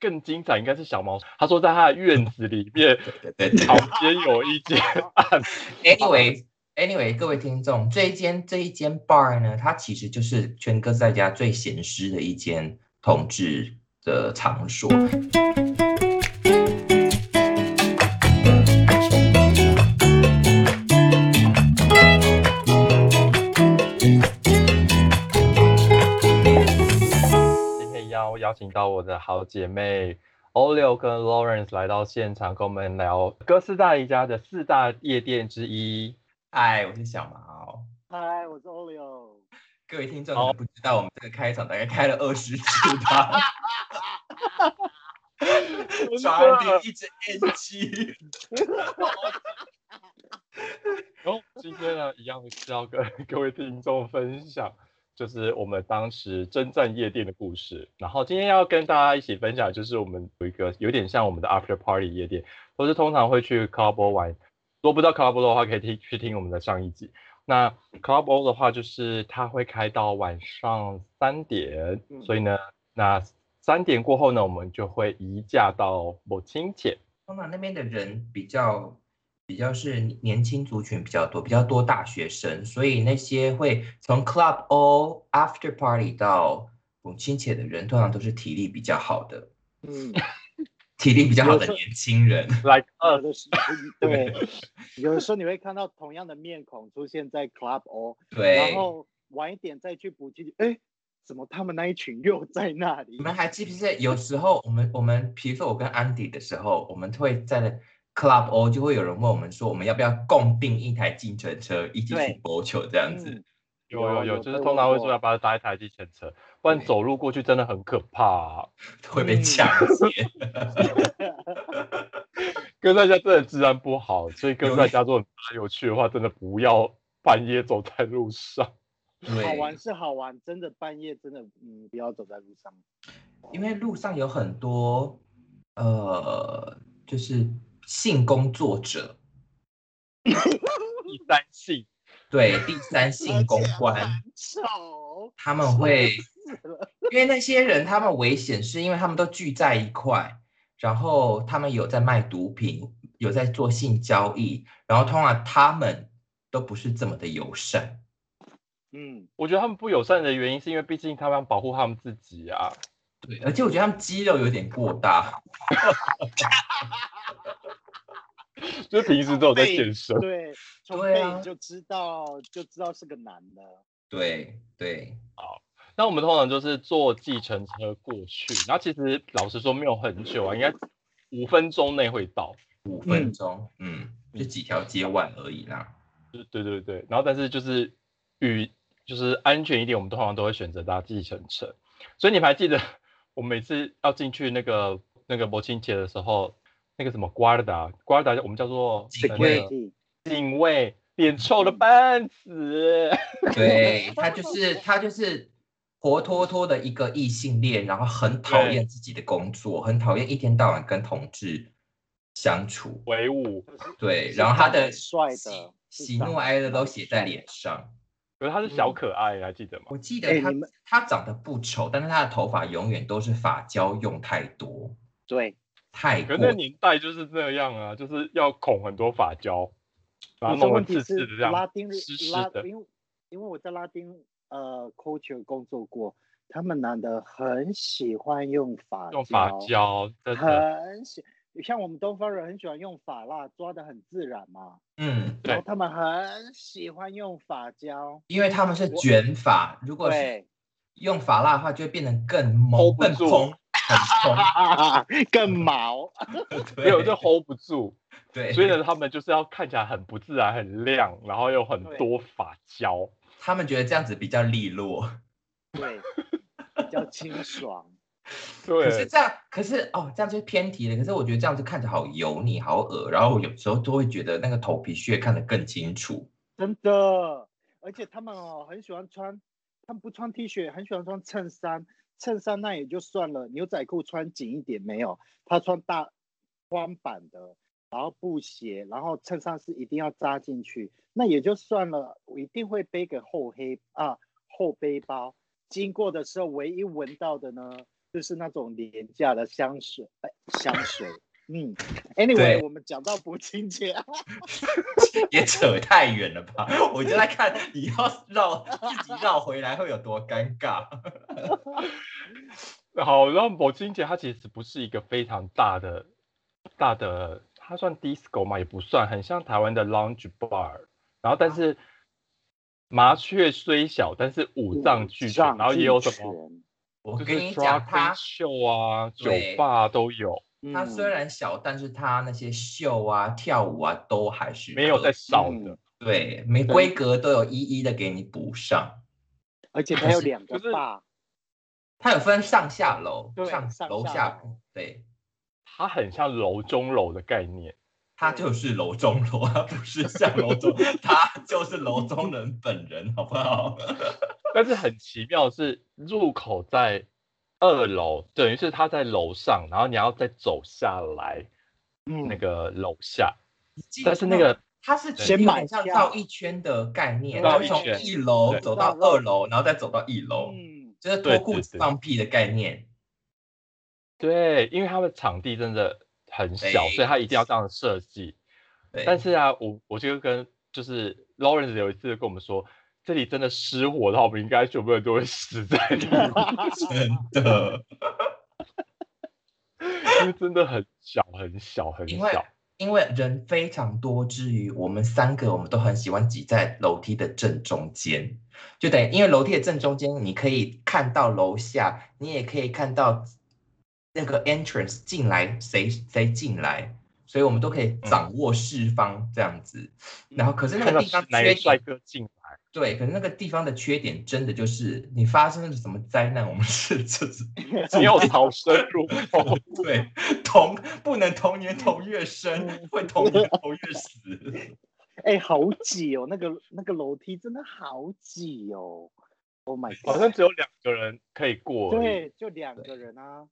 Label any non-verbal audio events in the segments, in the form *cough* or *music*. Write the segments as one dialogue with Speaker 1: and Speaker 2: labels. Speaker 1: 更精彩应该是小毛，他说在他的院子里面，
Speaker 2: *laughs* 对对对
Speaker 1: 好间有一间暗
Speaker 3: ，anyway。Anyway，各位听众，这一间这一间 bar 呢，它其实就是全哥在家最闲适的一间同志的场所。
Speaker 1: 今天邀邀请到我的好姐妹 Olio 跟 Lawrence 来到现场，跟我们聊哥斯达黎加的四大夜店之一。
Speaker 3: 嗨，我是小毛。
Speaker 4: 嗨，我是 Olio。
Speaker 3: 各位听众，你们不知道我们这个开场大概开了二十次吧？抓的一直 NG。
Speaker 1: 然后哦今天呢，一样是要跟 *laughs* 各位听众分享，就是我们当时征战夜店的故事。然后今天要跟大家一起分享，就是我们有一个有点像我们的 after party 夜店，都是通常会去 club O 玩。如果不知道 club O 的话，可以听去听我们的上一集。那 club O 的话，就是它会开到晚上三点，
Speaker 4: 嗯
Speaker 1: 所以呢，那三点过后呢，我们就会移驾到某清浅。
Speaker 3: 通常那边的人比较比较是年轻族群比较多，比较多大学生，所以那些会从 club O after party 到母亲节的人，通常都是体力比较好的，
Speaker 4: 嗯，
Speaker 3: 体力比较好的年轻人。
Speaker 1: Like
Speaker 4: *laughs* 有
Speaker 1: us，
Speaker 4: 的时
Speaker 3: *laughs*
Speaker 4: 候对，有的时候你会看到同样的面孔出现在 Club O，然
Speaker 3: 对，
Speaker 4: 后晚一点再去补进，哎，怎么他们那一群又在那里
Speaker 3: 你？们还记不记得有时候我们我们，比如说我跟安迪的时候，我们会在 club O 就会有人问我们说，我们要不要共并一台计程车一起去
Speaker 4: 对
Speaker 3: 播球这样子？
Speaker 4: 嗯
Speaker 1: 有
Speaker 4: 有
Speaker 1: 有
Speaker 4: 有
Speaker 1: 有，就
Speaker 4: 被
Speaker 1: 是
Speaker 4: 问
Speaker 1: 通常会
Speaker 4: 过
Speaker 1: 说要不要搭一台计程车，不然
Speaker 3: 对
Speaker 1: 走路过去真的很可怕、啊。
Speaker 3: 会被
Speaker 4: 嗯
Speaker 3: 抢
Speaker 4: *laughs*
Speaker 3: 劫。
Speaker 1: 跟大家真的治安不好，所以跟
Speaker 3: 有
Speaker 1: 大家如果大家有趣的话，真的不要半夜走在路上。
Speaker 3: 对，
Speaker 4: 好玩是好玩，真的半夜真的，嗯，不要走在路上。
Speaker 3: 因为路上有很多呃，就是性工作者，
Speaker 1: 第三性，
Speaker 3: 对第三性公
Speaker 4: 而且
Speaker 3: 关，
Speaker 4: 很丑，
Speaker 3: 他们会
Speaker 4: 死了。
Speaker 3: 因为那些人他们危险，是因为他们都聚在一块，然后他们有在卖毒品，有在做性交易，然后通常他们都不是这么的友善。
Speaker 4: 嗯，
Speaker 1: 我觉得他们不友善的原因是因为毕竟他们要保护他们自己啊。
Speaker 3: 对，而且我觉得他们肌肉有点过大，
Speaker 1: 就平时都有在健身，
Speaker 4: 对，从
Speaker 3: 对
Speaker 4: 背
Speaker 3: 啊
Speaker 4: 影就知道，就知道是个男的。
Speaker 3: 对对，
Speaker 1: 那我们通常就是坐计程车过去，然后其实老实说没有很久啊，应该五分钟内会到。
Speaker 3: 五分钟，嗯，就几条街腕而已啦。
Speaker 1: 对对对对，然后但是就是与就是安全一点，我们通常都会选择搭计程车。所以你们还记得我每次要进去那个那个母亲节的时候，那个什么 guarda guarda 我们叫做
Speaker 3: 警
Speaker 1: 呃
Speaker 3: 卫
Speaker 1: 那个
Speaker 4: Security
Speaker 1: 警卫，脸臭的半死。
Speaker 3: 对他就是他就是活脱脱的一个异性恋，然后很讨厌自己的工作，很讨厌一天到晚跟同志相处。
Speaker 1: 唯舞，
Speaker 3: 对，
Speaker 4: 是
Speaker 3: 然后他
Speaker 4: 长得
Speaker 3: 的
Speaker 4: 帅的
Speaker 3: 喜
Speaker 4: 是
Speaker 3: 喜
Speaker 4: 长
Speaker 3: 怒
Speaker 4: 得
Speaker 3: 哀乐都
Speaker 4: 很
Speaker 3: 写在
Speaker 4: 帅
Speaker 3: 脸上。
Speaker 1: 可是他是小可爱，还记得吗？
Speaker 3: 我记
Speaker 4: 哎
Speaker 3: 得他、
Speaker 4: 你们
Speaker 3: 他长得不丑，但是他的头发永远都是发胶用太多，
Speaker 4: 对，
Speaker 3: 太
Speaker 1: 可
Speaker 3: 过
Speaker 1: 是那年代就是这样啊，就是要孔很多发胶，把它
Speaker 4: 你的
Speaker 1: 弄得
Speaker 4: 问题
Speaker 1: 刺刺
Speaker 4: 是
Speaker 1: 的这样，
Speaker 4: 拉丁
Speaker 1: 湿湿
Speaker 4: 拉
Speaker 1: 的，
Speaker 4: 因为因为我在拉丁呃 culture 工作过，他们男的很喜欢用发
Speaker 1: 用发胶，真
Speaker 4: *laughs*
Speaker 1: 的。
Speaker 4: 很喜像我们东方人很喜欢用发蜡，抓的很自然嘛。
Speaker 3: 嗯，
Speaker 1: 对
Speaker 4: 然后他们很喜欢用发胶，
Speaker 3: 因为他们是
Speaker 4: 我
Speaker 3: 卷发，如果是
Speaker 1: *laughs*
Speaker 4: 对，
Speaker 3: 用发蜡的话，就会变得更
Speaker 1: hold
Speaker 3: 萌、
Speaker 1: 不
Speaker 3: 更
Speaker 1: 住
Speaker 3: 蓬、
Speaker 4: *laughs*
Speaker 3: 很
Speaker 4: 更毛。 *laughs*
Speaker 3: 蓬。
Speaker 1: 没有，
Speaker 3: 对
Speaker 1: 就 hold 不住。
Speaker 3: 对，
Speaker 1: 所以呢，他们就是要看起来很不自然、很亮，然后又很多发胶。
Speaker 3: 他们觉得这样子比较利落。
Speaker 4: 对，比较清爽。
Speaker 3: 可是
Speaker 1: 对，
Speaker 3: 这样，可是哦，这样就偏题了。可是我觉得这样子看着好油腻、好恶，然后我有时候都会觉得那个头皮屑看得更清楚。
Speaker 4: 真的，而且他们哦很喜欢穿，他们不穿 T 恤，很喜欢穿衬衫。衬衫那也就算了，牛仔裤穿紧一点没有，他穿大宽版的，然后布鞋，然后衬衫是一定要扎进去，那也就算了，我一定会背个厚黑啊厚背包，经过的时候唯一闻到的呢就是那种廉价的香水，哎香水。嗯
Speaker 3: 对
Speaker 4: ，Anyway，我们讲到母亲节，
Speaker 3: 也扯太远了吧？我就在看你要绕自己绕回来会有多尴尬。
Speaker 1: 好，然后母亲节它其实不是一个非常大的大的，它算 disco 嘛，也不算，很像台湾的 lounge bar。然后但
Speaker 3: 啊
Speaker 1: 是麻雀虽小，但是五脏俱全，然后也有什么
Speaker 4: 么？
Speaker 3: 我
Speaker 1: 就
Speaker 3: 跟
Speaker 1: 是
Speaker 3: 你
Speaker 1: t
Speaker 3: 讲，
Speaker 1: r
Speaker 3: 他
Speaker 1: a 秀啊、酒
Speaker 3: 对
Speaker 1: 吧都有，
Speaker 4: 嗯
Speaker 3: 他虽然小，但是他那些秀啊、跳舞啊都还是
Speaker 1: 没有
Speaker 3: 可
Speaker 1: 在少
Speaker 4: 嗯
Speaker 1: 的。
Speaker 3: 对，每规格都有一一的给你补上。
Speaker 4: 而且它有两个
Speaker 1: 就是
Speaker 4: 坝，
Speaker 3: 它有分上下楼，
Speaker 4: 对
Speaker 3: 上
Speaker 4: 上
Speaker 3: 楼
Speaker 4: 下
Speaker 3: 下
Speaker 4: 楼，
Speaker 3: 对，
Speaker 1: 它很像楼中楼的概念，
Speaker 3: 它
Speaker 4: 对
Speaker 3: 就是楼中楼，它不是像楼中， *laughs* 它就是楼中人本人，好不 *laughs* 好？
Speaker 1: 但是很奇妙的是入口在二楼，等于是它在楼上，然后你要再走下来
Speaker 4: 嗯
Speaker 1: 那个楼下，
Speaker 3: 进
Speaker 1: 但是那个
Speaker 3: 它是
Speaker 1: 对
Speaker 3: 有
Speaker 4: 先买
Speaker 3: 点像
Speaker 4: 票
Speaker 3: 绕一圈的概念，
Speaker 1: 绕
Speaker 3: 它
Speaker 1: 一
Speaker 3: 从
Speaker 1: 圈
Speaker 3: 一楼
Speaker 1: 对
Speaker 3: 走到
Speaker 4: 绕
Speaker 3: 二楼，然后再走到一楼，
Speaker 1: 哦
Speaker 4: 嗯，
Speaker 3: 就是脱
Speaker 1: 对
Speaker 3: 裤
Speaker 1: 对
Speaker 3: 子
Speaker 1: 对
Speaker 3: 放屁的概念。
Speaker 1: 对，因为他们场地真的很小，所以他一定要这样设计。
Speaker 3: 对，
Speaker 1: 但是啊，我我就跟就是 Lawrence 有一次跟我们说，这里真的失火的话，我们应该全部人都会死在里面，
Speaker 3: 真的。
Speaker 1: 因为真的很小很小很
Speaker 3: 因为
Speaker 1: 小。
Speaker 3: 因为人非常多之余，我们三个我们都很喜欢挤在楼梯的正中间，就等于因为楼梯的正中间，你可以看到楼下，你也可以看到那个 entrance 进来谁谁进来，所以我们都可以掌握四方这样子。然后可是
Speaker 1: 嗯
Speaker 3: 那
Speaker 1: 看
Speaker 3: 个
Speaker 1: 到
Speaker 3: 地方
Speaker 1: 男
Speaker 3: 缺
Speaker 1: 人帅
Speaker 3: 点，
Speaker 1: 哥进来，
Speaker 3: 对，可是那个地方的缺点真的就是你发生了什么灾难，我们是
Speaker 1: *laughs*
Speaker 3: 就是
Speaker 1: 没有逃生入口。
Speaker 3: 对同不能同年同月生，
Speaker 1: 嗯
Speaker 3: 会同年同月死。
Speaker 4: 哎、好挤哦，那个那个楼梯真的好挤哦，Oh my
Speaker 1: *laughs* 好像
Speaker 4: god，
Speaker 1: 只有两个人可以过而已。
Speaker 4: 对，就两个人啊，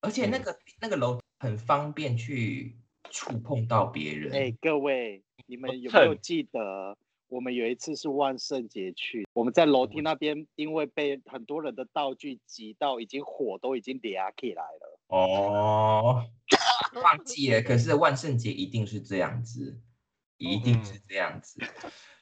Speaker 3: 而且那
Speaker 1: 嗯
Speaker 3: 个、那个楼很方便去触碰到别人。
Speaker 4: 哎、各位，你们有没
Speaker 1: 趁
Speaker 4: 有记得我们有一次是万圣节去，我们在楼梯那边，因为被很多人的道具挤到，已经火都已经嗲起来了，
Speaker 3: 哦，忘记了。可是万圣节一定是这样子，一定是这样子。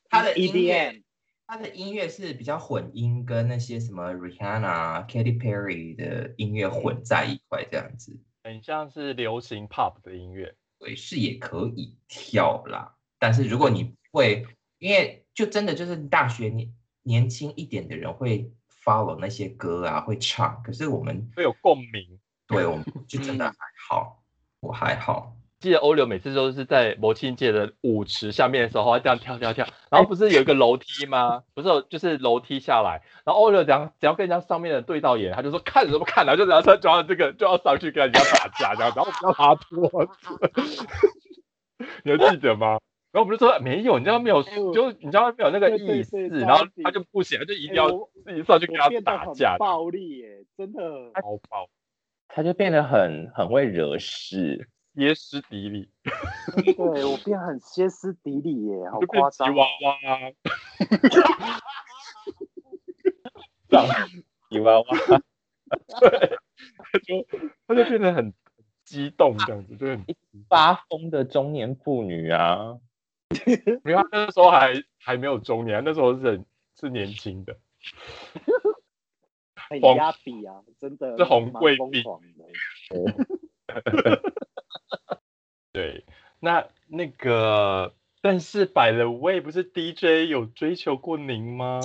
Speaker 3: 他的音乐，
Speaker 4: EDM，
Speaker 3: 他的音乐是比较混音，跟那些什么 Rihanna、Katy Perry 的音乐混在一块这样子，
Speaker 1: 很像是流行 pop 的音乐。
Speaker 3: 对，是也可以跳啦。但是如果你会，因为就真的就是大学年年轻一点的人会 follow 那些歌啊，会唱。可是我们
Speaker 1: 会有共鸣。
Speaker 3: 对我们就真的
Speaker 4: 嗯
Speaker 3: 还好，我还好。
Speaker 1: 记得欧柳每次都是在母亲节的舞池下面的时候，他这样跳跳跳，然后不是有一个楼梯吗？不是有，就是楼梯下来，然后欧柳只要只要跟人家上面的对到眼，他就说看什么看，然后就然后他就要这个就要上去跟人家打架，这样，然后不要把他拖住， *laughs* 你还记得吗？然后我们就说没有，你知道没有，
Speaker 4: 哎我
Speaker 1: 就是你知道没有那个
Speaker 4: 对对
Speaker 1: 意思，
Speaker 4: 对
Speaker 1: 然后
Speaker 4: 超级
Speaker 1: 他就不行，他就一定
Speaker 4: 哎
Speaker 1: 要
Speaker 4: 我
Speaker 1: 自己上去跟
Speaker 4: 我
Speaker 1: 他
Speaker 4: 变得
Speaker 1: 打
Speaker 4: 很
Speaker 1: 架，
Speaker 4: 暴力耶、真的，
Speaker 1: 超爆，
Speaker 2: 他就变得很很会惹事。
Speaker 1: 歇斯底里，
Speaker 4: 对我变很歇斯底里耶、好
Speaker 1: 就变
Speaker 4: 夸
Speaker 1: 吉
Speaker 4: 张
Speaker 1: 娃
Speaker 4: 哦、
Speaker 1: 娃啊，
Speaker 2: 吉娃娃，
Speaker 1: *laughs* 他就变得很激动这样子，就很
Speaker 2: 发疯的中年妇女啊，
Speaker 1: 没有，他那时候还还没有中年，那时候是很是年轻的，
Speaker 4: 很
Speaker 1: 黄
Speaker 4: 压比啊，真的
Speaker 1: 是红
Speaker 4: 蛮
Speaker 1: 贵
Speaker 4: 疯
Speaker 1: 宾
Speaker 4: 狂的。
Speaker 1: 对。那那个，但是百了位不是 DJ 有追求过您吗？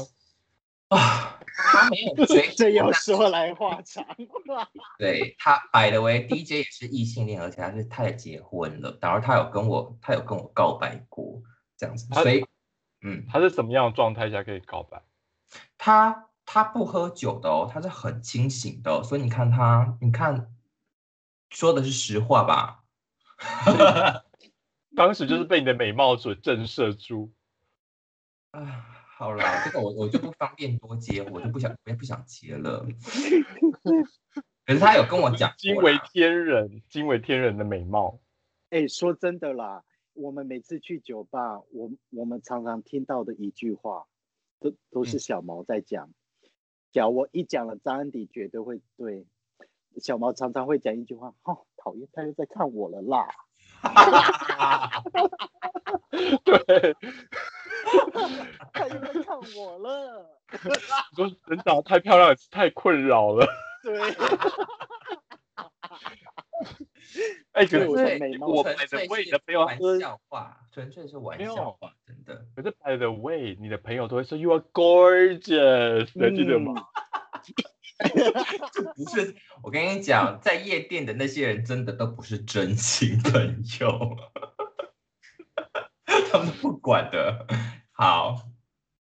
Speaker 3: 啊，他没 *laughs* 有追
Speaker 4: 这
Speaker 3: 求
Speaker 4: 又
Speaker 3: 但
Speaker 4: 说来话长， *laughs*
Speaker 3: 对他，by the way，DJ 也是异性恋，而且他是他也结婚了，然后他有跟我，他有跟我告白过这样子，
Speaker 1: 他
Speaker 3: 所以，嗯，
Speaker 1: 他是什么样的状态下可以告白？
Speaker 3: 他他不喝酒的哦，他是很清醒的哦、所以你看他，你看说的是实话吧？
Speaker 1: 当时就是被你的美貌所震慑住，
Speaker 3: 啊，好啦，这个我我就不方便多接，我就不想，我也不想接了。可是他有跟我讲
Speaker 1: 惊
Speaker 3: 过啦
Speaker 1: 为天人，惊为天人的美貌。
Speaker 4: 哎、说真的啦，我们每次去酒吧，我我们常常听到的一句话，都
Speaker 1: 嗯
Speaker 4: 都是小毛在讲。假如我一讲了，张安迪绝对会对。小毛常常会讲一句话：“哦，讨厌，他又在看我了啦。
Speaker 1: 啊
Speaker 3: *laughs*
Speaker 1: 对，
Speaker 4: *laughs* 他又在看我了。
Speaker 1: 说人长得太漂亮也是太困扰了。”
Speaker 4: 对，
Speaker 1: 哎，可是
Speaker 4: 对我的美貌
Speaker 1: 我
Speaker 3: 纯
Speaker 1: by the
Speaker 3: 粹
Speaker 1: way，你
Speaker 3: 是
Speaker 1: 的朋友
Speaker 3: 玩
Speaker 1: 喝
Speaker 3: 笑话，纯粹是玩
Speaker 1: 没有啊
Speaker 3: 笑话，真的。
Speaker 1: 可是 by the way，你的朋友都会说 you are gorgeous，你还记得吗？
Speaker 4: 嗯
Speaker 3: 不是，我跟你讲，在夜店的那些人真的都不是真心朋友， *laughs* 他们不管的。好，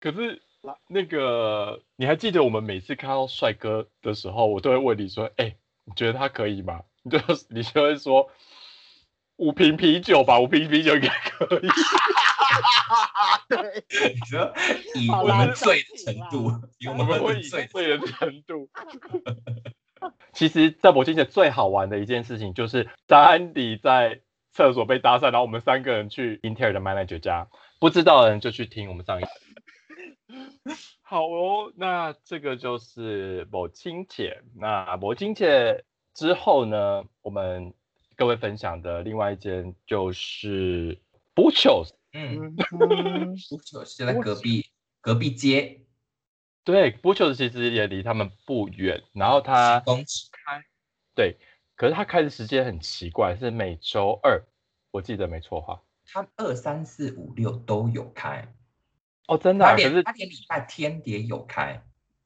Speaker 1: 可是那个，你还记得我们每次看到帅哥的时候，我都会问你说：“哎、你觉得他可以吗？”你就你就会说：“五瓶啤酒吧，五瓶啤酒应该可以。
Speaker 4: 对，
Speaker 3: 你
Speaker 4: *laughs*
Speaker 3: 说以
Speaker 4: 好
Speaker 3: 我
Speaker 4: 啦
Speaker 3: 们醉的
Speaker 4: 相信
Speaker 3: 程
Speaker 4: 啦
Speaker 3: 度，以我”
Speaker 1: *laughs* 我
Speaker 3: 们
Speaker 1: 们
Speaker 3: 喝
Speaker 1: 会
Speaker 3: 的
Speaker 1: 以
Speaker 3: 醉
Speaker 1: 醉，的程度。 *laughs* 其实，在我经历最好玩的一件事情，就是丹迪在厕所被搭讪，然后我们三个人去 Inter 的 manager 家，不知道的人就去听我们上一集。 *laughs* 好哦，那这个就是某亲姐。那某亲姐之后呢，我们各位分享的另外一间就是不朽，
Speaker 3: 嗯，
Speaker 4: 嗯，
Speaker 1: *laughs*
Speaker 3: 不就是在隔壁隔壁街
Speaker 1: 对，不朽其实也离他们不远。然后
Speaker 4: 啊
Speaker 1: 他
Speaker 3: 公司
Speaker 1: 对，可是他开的时间很奇怪，是每周二，我记得没错哈。
Speaker 3: 他二三四五六都有开，
Speaker 1: 哦，真的、
Speaker 3: 他
Speaker 1: 啊，可
Speaker 3: 连
Speaker 1: 是
Speaker 3: 他连礼拜天也有开，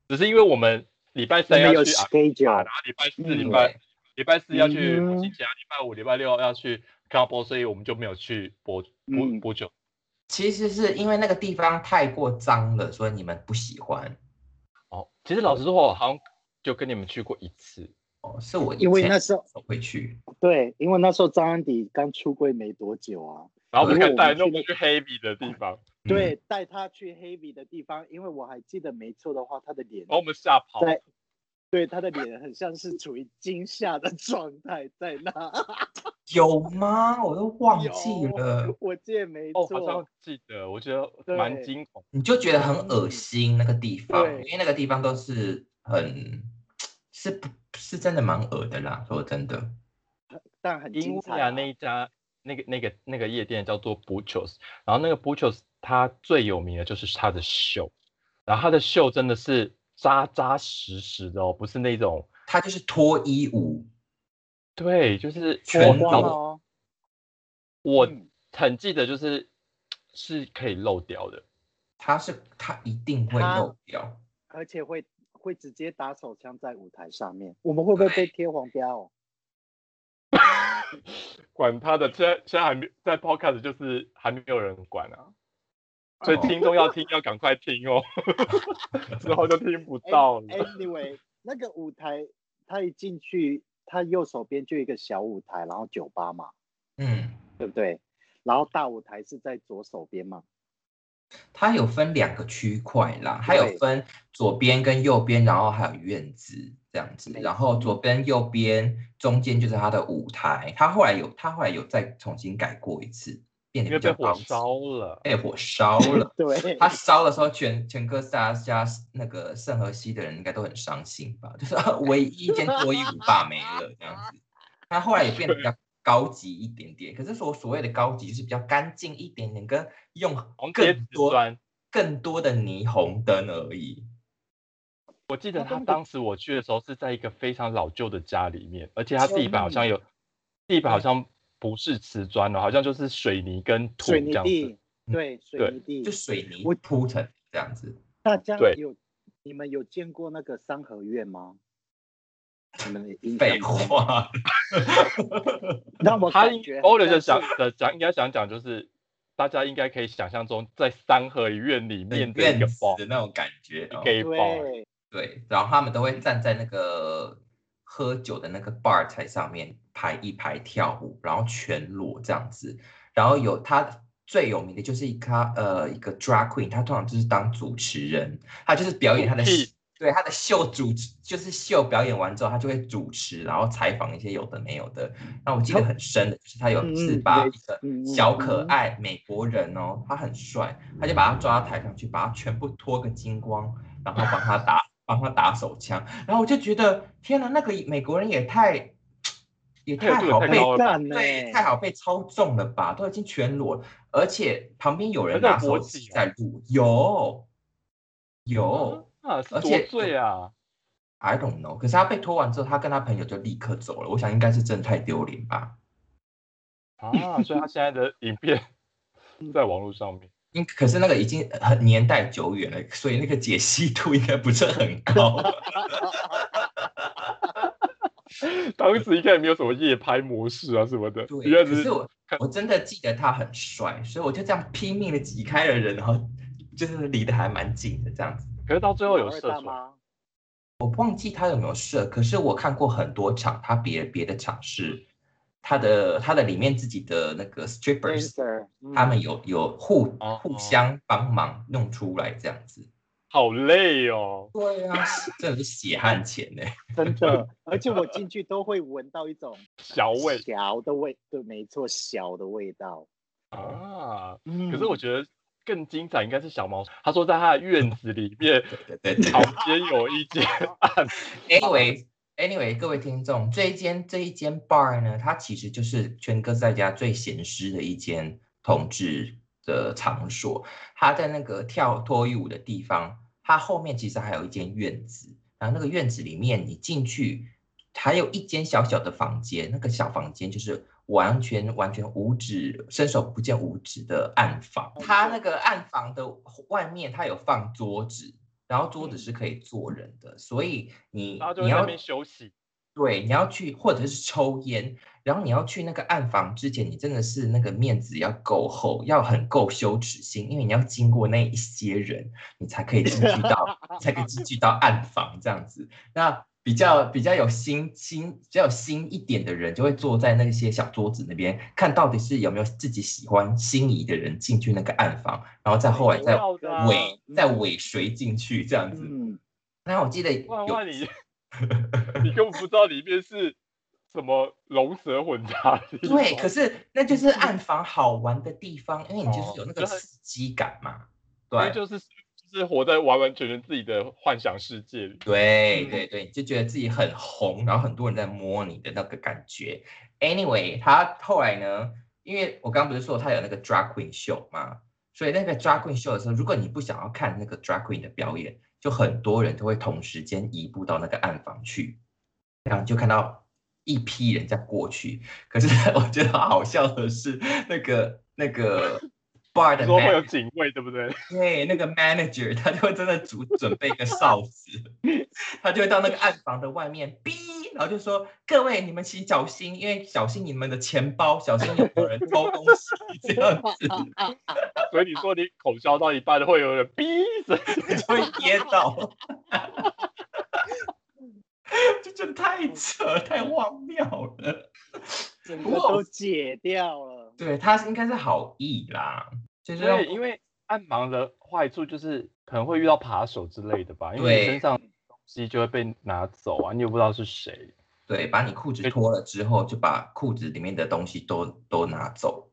Speaker 1: 只是因为我们礼拜
Speaker 4: 你
Speaker 1: 三
Speaker 4: 们
Speaker 1: 要
Speaker 4: 有
Speaker 1: 去啊，
Speaker 4: schedule
Speaker 1: 然。后礼拜四、
Speaker 4: 嗯
Speaker 1: 礼拜
Speaker 3: 对，
Speaker 1: 礼拜四要去
Speaker 4: 嗯
Speaker 1: 母亲节啊，礼拜五、礼拜六要去看到波，所以我们就没有去播播
Speaker 4: 嗯
Speaker 1: 播酒。
Speaker 3: 其实是因为那个地方太过脏了，所以你们不喜欢。
Speaker 1: 哦，其实老实说，我好像就跟你们去过一次。
Speaker 3: 哦，是我以
Speaker 4: 因为
Speaker 3: 前
Speaker 4: 那时候
Speaker 3: 会去，
Speaker 4: 对，因为那时候张安迪刚出柜没多久啊，
Speaker 1: 然后我们
Speaker 4: 因为
Speaker 1: 看
Speaker 4: 我
Speaker 1: 带
Speaker 4: 们
Speaker 1: 那
Speaker 4: 去
Speaker 1: 种去 heavy 的地方，
Speaker 3: 嗯
Speaker 4: 对，带他去 heavy 的地方，因为我还记得没错的话，他的脸
Speaker 1: 把我们吓跑。
Speaker 4: 在，对，他的脸很像是处于惊吓的状态在那。
Speaker 3: 有吗？我都忘记
Speaker 4: 有
Speaker 3: 了，
Speaker 4: 哦我记得没
Speaker 1: 哦，
Speaker 4: 错，
Speaker 1: 好像记得，我觉得
Speaker 4: 对
Speaker 1: 蛮惊恐。
Speaker 3: 你就觉得很恶心那个地方，
Speaker 4: 嗯对
Speaker 3: 因为那个地方都是很是不是真的蛮恶的啦。说真的，
Speaker 4: 但很
Speaker 1: 因
Speaker 4: 精
Speaker 1: 为
Speaker 4: 彩、
Speaker 1: 啊，那一家那个那个那个夜店叫做 Butchos，然后那个 Butchos 它最有名的就是它的秀，然后它的秀真的是扎扎实实的哦，不是那种
Speaker 3: 它就是脱衣舞，
Speaker 1: 对，就是
Speaker 3: 全
Speaker 1: 我
Speaker 4: 光
Speaker 1: 老
Speaker 4: 哦，
Speaker 1: 我
Speaker 4: 嗯
Speaker 1: 很记得就是是可以漏掉的，
Speaker 3: 它是它一定会
Speaker 4: 它
Speaker 3: 漏掉。
Speaker 4: 而且会会直接打手枪在舞台上面，我们会不会被贴黄
Speaker 1: *laughs*
Speaker 4: 标、哦？
Speaker 1: 管他的，现在现在还没在 Podcast 就是还没有人管啊，所以
Speaker 3: 哦
Speaker 1: 听众要听要赶快听哦， *laughs* 之后就听不
Speaker 4: 哎
Speaker 1: 到了。
Speaker 4: Anyway，那个舞台，他一进去，他右手边就一个小舞台，然后酒吧嘛，
Speaker 3: 嗯，
Speaker 4: 对不对？然后大舞台是在左手边嘛，
Speaker 3: 它有分两个区块啦，它有
Speaker 4: 对
Speaker 3: 分左边跟右边，然后还有院子这样子
Speaker 4: 没，。
Speaker 3: 然后左边右边中间就是它的舞台，它后来有它后来有再重新改过一次，变
Speaker 1: 因
Speaker 3: 得
Speaker 1: 为
Speaker 3: 比
Speaker 1: 被
Speaker 3: 较
Speaker 1: 火
Speaker 3: 高级
Speaker 1: 烧了，
Speaker 3: 被火烧了
Speaker 4: 对，
Speaker 3: 他烧的时候，全全哥斯达加那个圣荷西的人应该都很伤心吧？就是啊唯一一间脱衣舞吧没了这样子。他后来也变得比较高级一点点，可是所所谓的高级就是比较干净一点点，跟用
Speaker 1: 红碟
Speaker 3: 更
Speaker 1: 子
Speaker 3: 多
Speaker 1: 砖。
Speaker 3: 更多的霓虹灯而已。
Speaker 1: 我记得
Speaker 4: 他
Speaker 1: 他
Speaker 4: 根本
Speaker 1: 当时我去的时候是在一个非常老旧的家里面，而且他
Speaker 3: 救
Speaker 1: 地板好像
Speaker 3: 命
Speaker 1: 有，地板好
Speaker 3: 对
Speaker 1: 像不是瓷砖哦了，好像就是水泥跟土
Speaker 4: 水
Speaker 1: 这
Speaker 4: 泥
Speaker 1: 样子嗯
Speaker 4: 地。，对，水
Speaker 1: 对
Speaker 4: 泥地
Speaker 3: 就，水泥
Speaker 4: 我
Speaker 3: 铺成这样子，
Speaker 4: 大家
Speaker 1: 对
Speaker 4: 有你们有见过那个三合院吗？你们的印
Speaker 3: 废
Speaker 4: 象中
Speaker 3: 话。
Speaker 4: 让我
Speaker 1: 他
Speaker 4: 感觉
Speaker 1: 应欧
Speaker 4: 很
Speaker 1: 的就
Speaker 4: 像
Speaker 1: 想
Speaker 4: 是
Speaker 1: 的讲，应该想讲就是，大家应该可以想象中在三合院里面的一
Speaker 3: 院
Speaker 1: 个
Speaker 3: 子
Speaker 1: bar，
Speaker 3: 的那种感觉，哦
Speaker 1: 一 gay bar，
Speaker 4: 对
Speaker 3: 对，然后他们都会站在那个喝酒的那个 bar 台上面排一排跳舞，然后全裸这样子。然后有他最有名的就是一咖呃一个 drag queen，他通常就是当主持人，他就是表演他的
Speaker 1: 主持
Speaker 3: 戏对他的秀主持就是秀表演完之后，他就会主持，然后采访一些有的没有的。那我记得很深的就是他有一次
Speaker 4: 嗯
Speaker 3: 把
Speaker 4: 没
Speaker 3: 一个
Speaker 4: 嗯
Speaker 3: 小可
Speaker 4: 嗯
Speaker 3: 爱美国人哦，他很帅，他就把他抓到台上去，把他全部脱个精光，然后帮他打帮他打手枪，然后我就觉得天哪，那个美国人也太也
Speaker 1: 配合
Speaker 3: 太
Speaker 1: 度也
Speaker 3: 好
Speaker 1: 太
Speaker 3: 被
Speaker 1: 高了吧
Speaker 4: 赞呢欸
Speaker 3: 对，太好被操纵了吧？都已经全裸了，而且旁边有人
Speaker 1: 还在
Speaker 3: 拿手
Speaker 1: 勃
Speaker 3: 机
Speaker 1: 起哦
Speaker 3: 在录，有有
Speaker 1: 啊，是
Speaker 3: 而
Speaker 1: 多
Speaker 3: 且
Speaker 1: 罪
Speaker 3: *laughs*
Speaker 1: 啊！
Speaker 3: ，I don't know。可是他被拖完之后，他跟他朋友就立刻走了。我想应该是真的太丢脸吧？
Speaker 1: 啊，所以他现在的影片
Speaker 4: 嗯
Speaker 1: *laughs* 在网络上面，
Speaker 3: 因可是那个已经很年代久远了，所以那个解析度应该不是很高。
Speaker 1: 当时应该也没有什么夜拍模式啊什么的，应
Speaker 3: 对，
Speaker 1: 该
Speaker 3: 可
Speaker 1: 只
Speaker 3: 是
Speaker 1: 是
Speaker 3: 我我真的记得他很帅，所以我就这样拼命的挤开了人，然后 *laughs* 就是离得还蛮近的这样子。
Speaker 1: 可是到最后有
Speaker 4: 老二
Speaker 1: 射
Speaker 4: 大
Speaker 1: 出来，
Speaker 4: 妈，
Speaker 3: 我忘记他有没有射，可是我看过很多场，他别别的场是他的他的里面自己的那个 strippers，
Speaker 4: Dancer，嗯
Speaker 3: 他们有有互
Speaker 1: 哦
Speaker 3: 互相帮忙弄出来这样子。
Speaker 1: 好累哦。
Speaker 3: 对啊， *laughs* 真的是血汗钱呢、
Speaker 4: 真
Speaker 1: *laughs*
Speaker 4: 的，而且我进去都会闻到一种
Speaker 1: 小伟
Speaker 4: 小的味，对，没错，小的味道。
Speaker 1: 啊，
Speaker 4: 嗯
Speaker 1: 可是我觉得更精彩应该是小毛，他说在他的院子里面
Speaker 3: 对对对。
Speaker 1: 旁边有一间暗
Speaker 3: Anyway。Anyway，各位听众，这一间这一间 bar 呢，它其实就是圈哥在家最闲适的一间同志的场所。它在那个跳脱衣舞的地方，它后面其实还有一间院子，然后那个院子里面你进去，还有一间小小的房间，那个小房间就是完全完全五指伸手不见五指的暗房。它那个暗房的外面，它有放桌子，然后桌子是可以坐人的，所以你
Speaker 1: 嗯然后就
Speaker 3: 你
Speaker 1: 在那
Speaker 3: 要
Speaker 1: 边休息。
Speaker 3: 对你要去或者是抽烟，然后你要去那个暗房之前，你真的是那个面子要够厚，要很够羞耻心，因为你要经过那一些人，你才可以进去到才可以进去到暗房这样子。那比较比较有心心比较有心一点的人，就会坐在那些小桌子那边，看到底是有没有自己喜欢心仪的人进去那个暗房，然后再后来
Speaker 1: 不
Speaker 3: 再
Speaker 1: 要的啊
Speaker 3: 尾
Speaker 4: 嗯
Speaker 3: 再尾随进去这样子。
Speaker 4: 嗯，
Speaker 3: 那我记得
Speaker 1: 万
Speaker 3: 有
Speaker 1: 万你， *laughs* 你根本不知道里面是什么龙蛇混杂的地方。
Speaker 3: 对，可是那就是暗房好玩的地方，因为你就是有那
Speaker 1: 哦
Speaker 3: 个
Speaker 1: 就是哎
Speaker 3: 刺激感嘛。
Speaker 1: 因为
Speaker 3: 对
Speaker 1: 就是就是活在完完全全自己的幻想世界里。
Speaker 3: 对
Speaker 4: 嗯
Speaker 3: 对对，就觉得自己很红，然后很多人在摸你的那个感觉。Anyway，他后来呢，因为我刚不是说他有那个 drag queen 秀嘛，所以那个 drag queen 秀的时候，如果你不想要看那个 drag queen 的表演，就很多人都会同时间移步到那个暗房去，然后你就看到一批人在过去。可是 *laughs* 我觉得好笑的是，那个那个 bar 的
Speaker 1: 说会
Speaker 3: man
Speaker 1: 有警卫，对不对？ *laughs*
Speaker 3: 对，那个 manager 他就会真的准准备一个哨子， *laughs* 他就会到那个暗房的外面，哔，然后就说：“各位，你们请小心，因为小心你们的钱包，小心有没有人偷东西。”这样子
Speaker 1: 所以你说你口交到一半会有人哔声，
Speaker 3: 就会噎到， *laughs* 就觉得太扯、太荒谬了。
Speaker 4: 整
Speaker 3: 不
Speaker 4: 个
Speaker 3: 过
Speaker 4: 都解掉了。
Speaker 3: 对他应该是好意啦，就是让
Speaker 1: 对，因为暗盲的坏处就是可能会遇到扒手之类的吧，因为你
Speaker 3: 对
Speaker 1: 身上东西就会被拿走啊，你也不知道是谁。
Speaker 3: 对把你裤子
Speaker 1: 对
Speaker 3: 脱了之后，就把裤子里面的东西都都拿走。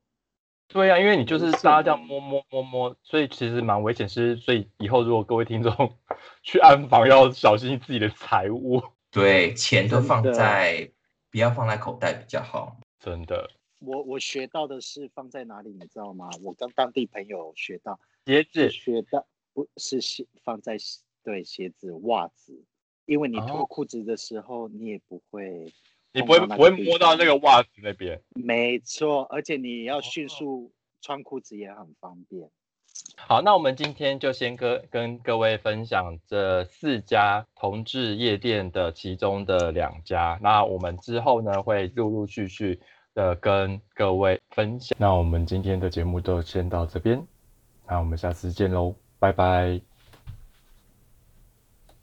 Speaker 1: 对啊呀、因为你就是是大家
Speaker 4: 的
Speaker 1: 这样摸摸摸摸，所以其实蛮危险。是，所以以后如果各位听众 *laughs* 去暗访，要小心自己的财物，
Speaker 3: 对，钱都
Speaker 4: 真
Speaker 3: 放
Speaker 4: 的
Speaker 3: 在不要放在口袋比较好。
Speaker 1: 真的。
Speaker 4: 我我学到的是放在哪里，你知道吗？我跟当地朋友学到，
Speaker 1: 鞋子
Speaker 4: 学到不是鞋放在鞋对鞋子、袜子，因为你脱
Speaker 1: 哦
Speaker 4: 裤子的时候，你也不会，
Speaker 1: 你不会
Speaker 4: 碰到那
Speaker 1: 不
Speaker 4: 个
Speaker 1: 会
Speaker 4: 地
Speaker 1: 摸到那
Speaker 4: 方
Speaker 1: 个袜子那边，
Speaker 4: 没错，而且你要迅
Speaker 1: 哦
Speaker 4: 速穿裤子也很方便。
Speaker 1: 好，那我们今天就先跟跟各位分享这四家同志夜店的其中的两家。那我们之后呢会陆陆续续的跟各位分享。那我们今天的节目就先到这边，那我们下次见喽，拜拜。